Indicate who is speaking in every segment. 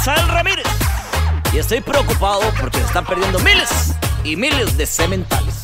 Speaker 1: Sal Ramírez. Y estoy preocupado porque se están perdiendo miles y miles de sementales.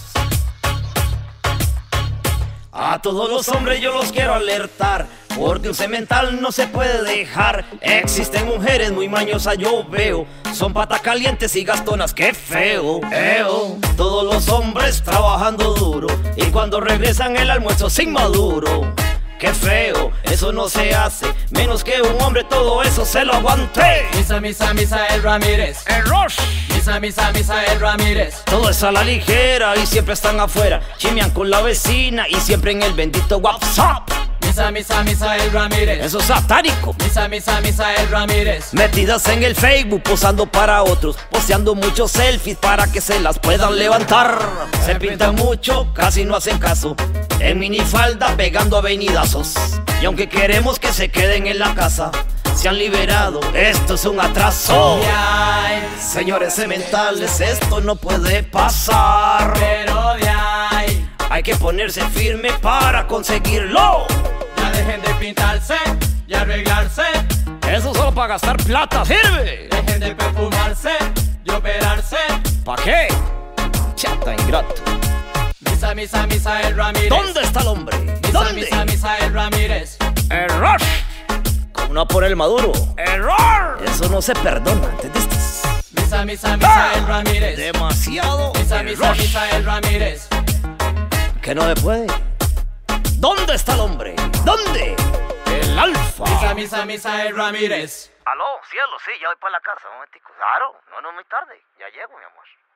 Speaker 1: A todos los hombres yo los quiero alertar, porque un semental no se puede dejar. Existen mujeres muy mañosas, yo veo. Son patas calientes y gastonas, qué feo. Eo. Todos los hombres trabajando duro, y cuando regresan el almuerzo sin maduro. Qué feo, eso no se hace, menos que un hombre todo eso se lo aguante.
Speaker 2: Misa, misa, misa, el Ramírez.
Speaker 1: El Rush.
Speaker 2: Misa, misa, misa, el Ramírez.
Speaker 1: Todo es a la ligera y siempre están afuera. Chimean con la vecina y siempre en el bendito WhatsApp.
Speaker 2: Misa, misa, misa, el Ramírez.
Speaker 1: Eso es satánico.
Speaker 2: Misa, misa, misa, el Ramírez.
Speaker 1: Metidas en el Facebook, posando para otros, posteando muchos selfies para que se las puedan levantar. Se pintan mucho, casi no hacen caso. En minifalda pegando avenidazos. Y aunque queremos que se queden en la casa, se han liberado. Esto es un atraso.
Speaker 2: Ya, ay,
Speaker 1: Señores sementales, esto no puede pasar.
Speaker 2: pero ya, ay,
Speaker 1: Hay que ponerse firme para conseguirlo.
Speaker 2: ya dejen de pintarse y arreglarse.
Speaker 1: Eso solo para gastar plata sirve.
Speaker 2: Dejen de perfumarse y operarse.
Speaker 1: ¿Para qué? Chata ingrato.
Speaker 2: Misa, misa, misa, el Ramírez.
Speaker 1: ¿Dónde está el hombre?
Speaker 2: Misa,
Speaker 1: ¿Dónde?
Speaker 2: misa, misa, el Ramírez.
Speaker 1: Error. Como no por el maduro. Error. Eso no se perdona, ¿entendiste? Ah,
Speaker 2: Misa, misa, misa, el Ramírez.
Speaker 1: Demasiado.
Speaker 2: Misa, misa,
Speaker 1: error.
Speaker 2: misa, el Ramírez.
Speaker 1: Que no se puede. ¿Dónde está el hombre? ¿Dónde? El alfa.
Speaker 2: Misa, misa, misa, el Ramírez.
Speaker 3: Aló, cielo, sí, ya voy para la casa, un momentico. Claro, no, no, muy tarde. Ya llego, mi amor.